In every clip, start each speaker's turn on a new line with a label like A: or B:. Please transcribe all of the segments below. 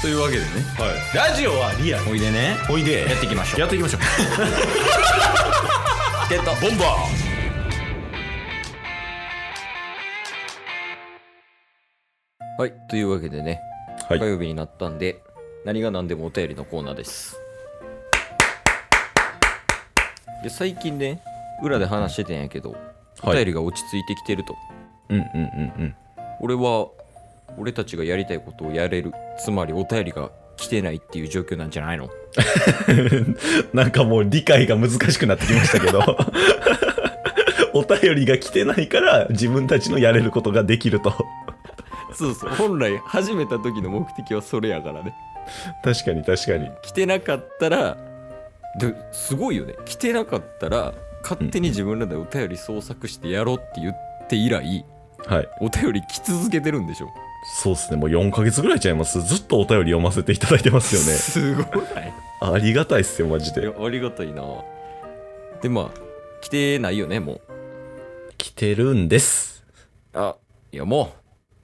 A: というわけでね
B: はい、ラジオはリアル
A: おいでね
B: おいで
A: やっていきましょう
B: やって いきましょう
A: ってた
B: ボンバ
A: はいというわけでね、
B: はい
A: 火曜日になったんで何が何でもお便りのコーナーですで最近ね裏で話してたんやけど
B: はい
A: お便りが落ち着いてきてると、
B: ーうんうんうんうん
A: 俺は俺たちがやりたいことをやれるつまりお便りが来てないっていう状況なんじゃないの
B: なんかもう理解が難しくなってきましたけど お便りが来てないから自分たちのやれることができると
A: そうそう本来始めた時の目的はそれやからね
B: 確かに確かに
A: 来てなかったらですごいよね来てなかったら勝手に自分らでお便り創作してやろうって言って以来
B: はい
A: お便り来続けてるんでしょ
B: そうですねもう4ヶ月ぐらいちゃいますずっとお便り読ませていただいてますよね
A: すごない
B: ありがたいっすよマジで
A: いやありがたいなでまあ来てないよねもう
B: 来てるんです
A: あいやも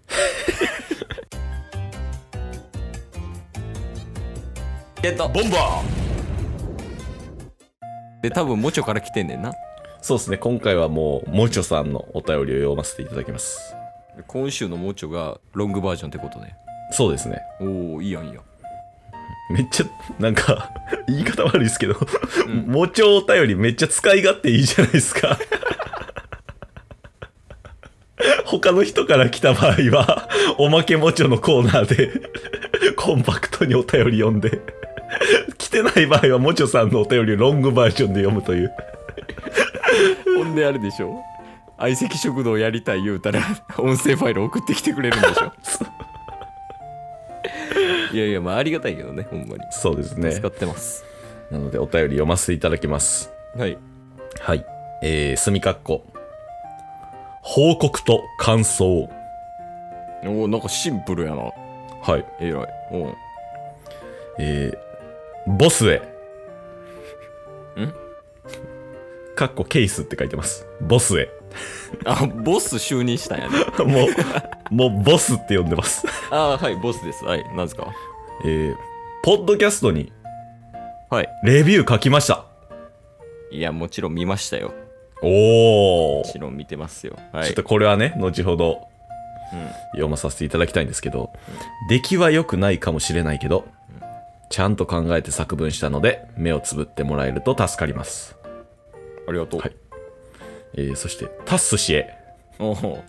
A: うえっと
B: ボンバー
A: で多分もちょから来てんねんな
B: そうですね今回はもうもちょさんのお便りを読ませていただきます
A: 今週のもちょがロングバージョンってことね
B: そうですね
A: おおいいやんいいやん
B: めっちゃなんか 言い方悪いですけど、もちょお便りめっちゃ使い勝手いいじゃないですか 他の人から来た場合はおまけもちょのコーナーでコンパクトにお便り読んで来てない場合はもちょさんのお便りをロングバージョンで読むという
A: ほんであれでしょ相席食堂やりたい言うたら 音声ファイル送ってきてくれるんで しょいやいやまあありがたいけどねほんまに
B: そうですね
A: 使ってます
B: なのでお便り読ませていただきます
A: はい
B: はい。えー、墨括弧。報告と感想。
A: おおなんかシンプルやな
B: はい。
A: えらいおう
B: えー、ボスへ。
A: ん
B: かっこケースって書いてます。ボ スへ。
A: あボス就任したんやね
B: もう、もうボスって呼んでます。
A: あはいボスですはいなんですか
B: えー、ポッドキャストに
A: はい
B: レビュー書きました。
A: いやもちろん見ましたよ
B: おー。
A: もちろん見てますよは
B: ちょ
A: い
B: っとこれはね、後ほど
A: うん
B: 読まさせていただきたいんですけど、出来は良くないかもしれないけど、ちゃんと考えて作文したので、目をつぶってもらえると助かります。
A: ありがとう、
B: はいえー、そして、タッス氏へ。
A: おお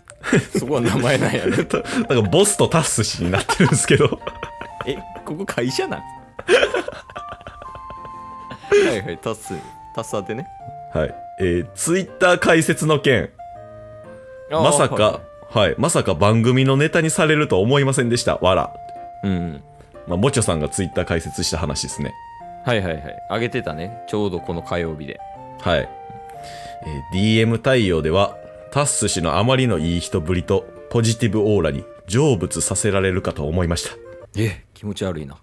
A: そこは名前なんやね
B: た なんかボスとタッス氏になってるんですけど、
A: えここ会社なん はいはいタスタス当てね
B: はい。えー、ツイッター解説の件、
A: あー
B: まさ
A: は
B: か、はい、まさか番組のネタにされるとは思いませんでした。わら。
A: いうん
B: まあ、もちょさんがツイッター解説した話ですね。
A: はいはいはいあげてたねちょうどこの火曜日で
B: はい。えー DM 対応では、タッス氏のあまりのいい人ぶりと、ポジティブオーラに成仏させられるかと思いました。
A: え気持ち悪いな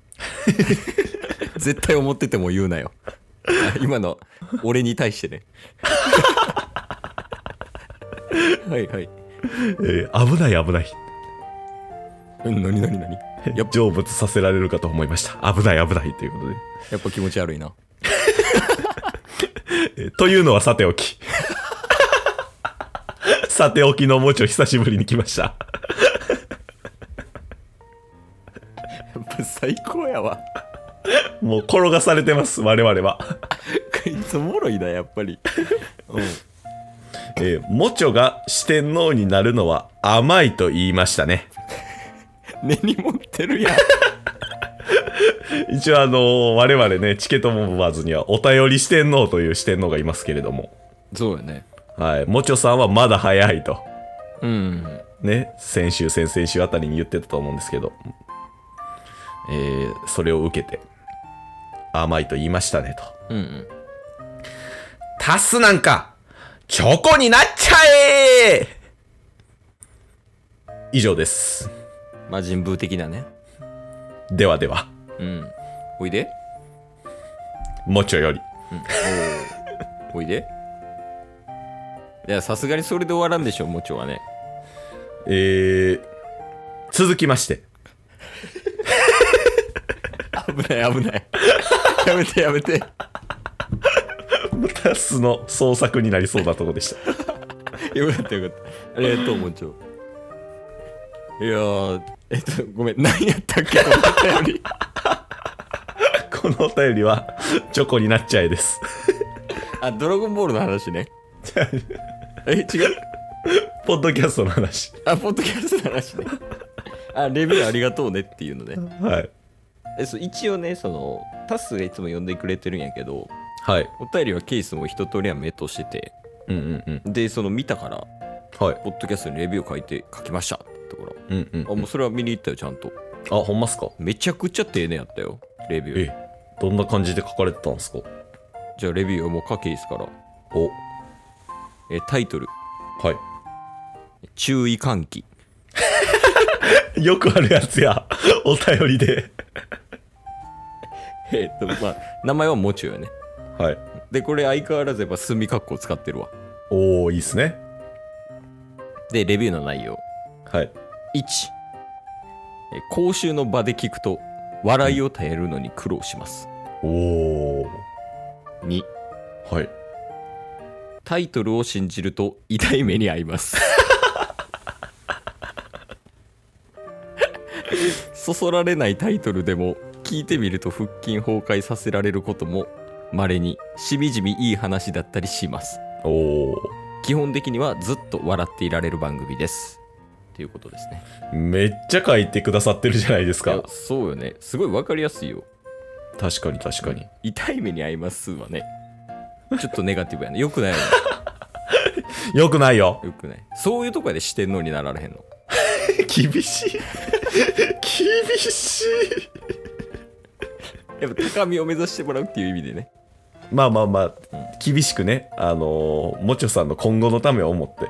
A: 絶対思ってても言うなよ あ今の俺に対してね はいはい
B: えー危ない危ない。
A: うん何何何やっぱ
B: 成仏させられるかと思いました。危ない危ないということで。
A: やっぱ気持ち悪いな
B: えーというのはさてお き。さておきのもちょ久しぶりに来ました。
A: やっぱ最高やわ
B: もう転がされてます、我々は。
A: こいつおもろいなやっぱりう
B: えー、もちょが四天王になるのは甘いと言いましたね。
A: ん根に持ってるやん
B: 一応あのー我々ね、チケットモバーズにはお便り四天王という四天王がいますけれども。
A: そうよね
B: はい。もちょさんはまだ早いと。
A: うん
B: ね。先週、先々週あたりに言ってたと思うんですけど。えー、それを受けて。甘いと言いましたねと。
A: うんうん
B: タスなんか、チョコになっちゃえ以上です。
A: 魔人ブー的なね
B: ではでは、
A: うんおいで
B: もちょより。
A: おいでいやさすがにそれで終わらんでしょもちろんはね
B: えー、続きまして。
A: 危ない危ない。やめてやめて。
B: また素の創作になりそうなとこでした。
A: よかったよかった。ありがとう、もちょ。いやー、えっと、ごめん、何やったっけと思ったより。
B: このお便りは、チョコになっちゃえです。
A: あ、ドラゴンボールの話ね。 え、違う
B: ポッドキャストの話。
A: あ、ポッドキャストの話ね。あ、レビューありがとうねっていうのね。
B: はい。
A: えそう一応ね、その、タスがいつも呼んでくれてるんやけど、
B: はい。
A: お便りはケースも一通りは目通してて、
B: うんうんうん。
A: で、その見たから、
B: は
A: ポ
B: い。
A: ッドキャストにレビュー書いて書きましたってところ。
B: うんう
A: あ、もうそれは見に行ったよ、ちゃんと。
B: あ、ほんまっすか
A: めちゃくちゃ丁寧やったよ、レビュー。
B: え、どんな感じで書かれてたんですか
A: じゃあ、レビューをもう書けいですから。
B: お、
A: えタイトル
B: は
A: 「注意喚起
B: い。 よくあるやつや。 お便りで。」
A: えっとまあ名前はもちろんよね
B: はい。
A: でこれ相変わらずやっぱ墨括弧使ってるわ
B: おー、いいっすね。
A: でレビューの内容
B: はい。
A: 1え講習の場で聞くと笑いを耐えるのに苦労します
B: おー。
A: 2
B: はい。
A: タイトルを信じると痛い目に遭います そそられないタイトルでも聞いてみると腹筋崩壊させられることもまれにしみじみいい話だったりします
B: おー。
A: 基本的にはずっと笑っていられる番組ですっていうことですね
B: めっちゃ書いてくださってるじゃないです
A: いや
B: か。
A: そうよねすごいわかりやすいよ
B: 確かに確かに。
A: 痛い目に遭いますはねちょっとネガティブやねよくないよね
B: よくないよ。
A: よくないそういうとこやでしてんのになられへんの
B: 厳しい。 厳しい。
A: やっぱ高みを目指してもらうっていう意味でね
B: まあまあまあ、厳しくね、あのー、もちょさんの今後のためを思って。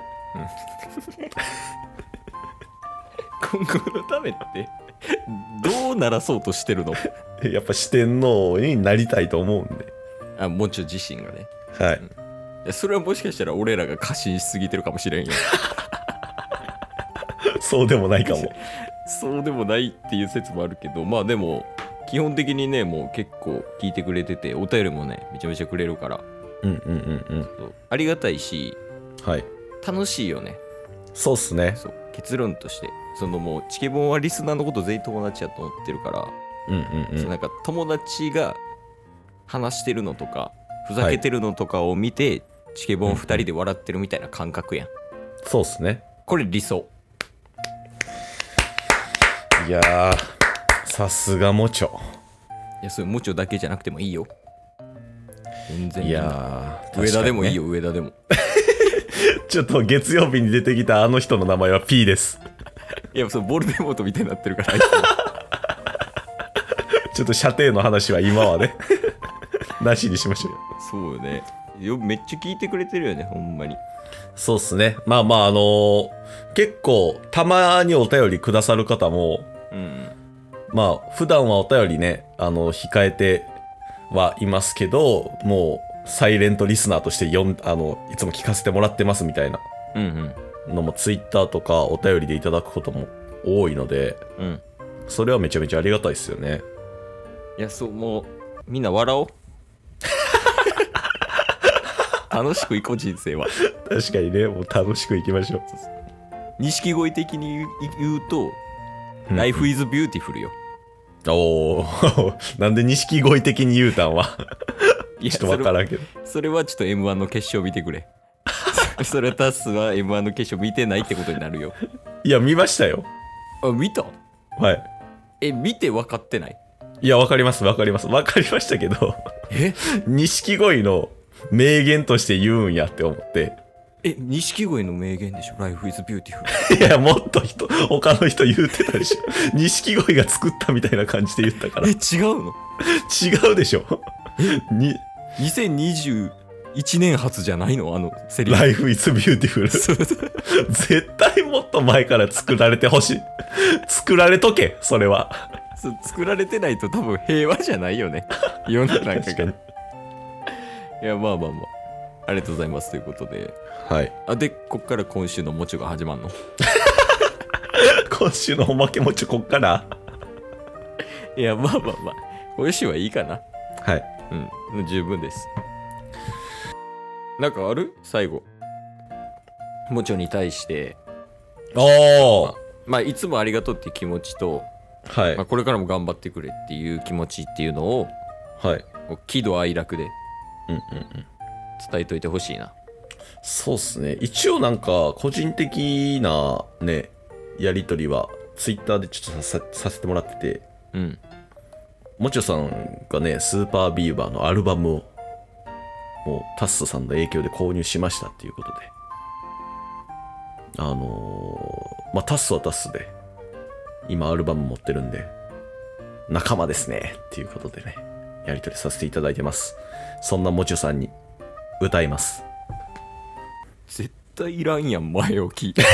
A: 今後のためってどうならそうとしてるの
B: やっぱ四天王になりたいと思うんで。
A: あもちろん自身がね
B: はい。
A: いやそれはもしかしたら俺らが過信しすぎてるかもしれんよ
B: そうでもないかも。
A: そうでもないっていう説もあるけどまあでも基本的にねもう結構聞いてくれててお便りもねめちゃめちゃくれるから
B: うんうんうんうん。
A: そうありがたいし
B: はい。
A: 楽しいよね
B: そうっすね。
A: そう結論としてそのもうチケボンはリスナーのこと全員友達やと思ってるから、
B: うんうんう
A: そうなんか友達が話してるのとかふざけてるのとかを見て、チケボン2人で笑ってるみたいな感覚やん
B: そうっすね。
A: これ理想
B: いやー、さすがもちょ。
A: いやそれもちろんだけじゃなくてもいいよ全然
B: い
A: いいな
B: やー、
A: 上田でもいい
B: よ。
A: よ、上田でも
B: ちょっと月曜日に出てきたあの人の名前は P です。
A: いや、そのボルデモートみたいになってるから、
B: ちょっと射程の話は今はね、 なしにしましょう。
A: そうよね。よめっちゃ聞いてくれてるよね、ほんまに。
B: そうっすね。まあまあ、あのー結構、たまにお便りくださる方も、
A: うん。
B: まあ、普段はお便りね、あの、控えてはいますけど、もう、サイレントリスナーとして読ん、あの、いつも聞かせてもらってますみたいな
A: うんうん。
B: のも、ツイッターとかお便りでいただくことも多いので、
A: うん。
B: それはめちゃめちゃありがたいですよね。
A: いや、そう、もう、みんな笑お う。楽しくいこう、人生は。
B: 確かにね、もう楽しくいきましょう。
A: 錦鯉的に言う言うと、Life is beautiful よ。
B: おー なんで錦鯉的に言うたん は、
A: いや、
B: ち
A: そ
B: ょっとわか
A: れ
B: らんけど。
A: それはちょっと M1 の決勝見てく れ。それはタスは M1 の決勝見てないってことになるよ。
B: いや、見ましたよ。
A: あ、見た
B: はい。
A: え、見て分かってない
B: いや、わかります、わかります。わかりましたけど、
A: え
B: 錦鯉の名言として言うんやって思って。
A: え、錦鯉の名言でしょ ?Life is beautiful。
B: いや、もっと人、他の人言ってたでしょ。 錦鯉が作ったみたいな感じで言ったから。
A: え、
B: 違
A: 違うの
B: うでしょ。 に、
A: 2021年初じゃないのあのセリフ。
B: Life is beautiful。
A: そうそう
B: 絶対もっと前から作られてほしい。作られとけ、それは。
A: そう作られてないと多分平和じゃないよ ね。世の中
B: 確
A: が。
B: かに
A: い。や、まあまあまあ。ありがとうございますということで。
B: はい。
A: あで、こっから今週のもちが始まるの。
B: 今週のおまけもちょこっから。
A: いや、まあまあまあ。およしはいいかな。
B: はい。
A: うん、十分です。なんかある最後。もちょに対して、
B: おー
A: まあ、いつもありがとうっていう気持ちと、
B: はい
A: まあ、。これからも頑張ってくれっていう気持ちっていうのを、
B: はい。
A: こう喜怒哀楽で
B: うんうんうん。
A: 伝えといてほしいな。
B: そうっすね。一応なんか、個人的なね、やりとりは、ツイッターでちょっとさささせてもらってて、
A: うん。
B: もちろさんがね、スーパービーバーのアルバムを、もう、タッスさんの影響で購入しましたっていうことで。あのー、まあ、タッスはタッスで、今アルバム持ってるんで、仲間ですねっていうことでね、やりとりさせていただいてます。そんなもちろさんに、歌います。
A: 絶対いらんやん、前置き。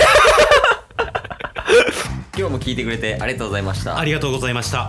C: 今日も聞いてくれてありがとうございました
D: ありがとうございました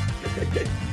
D: す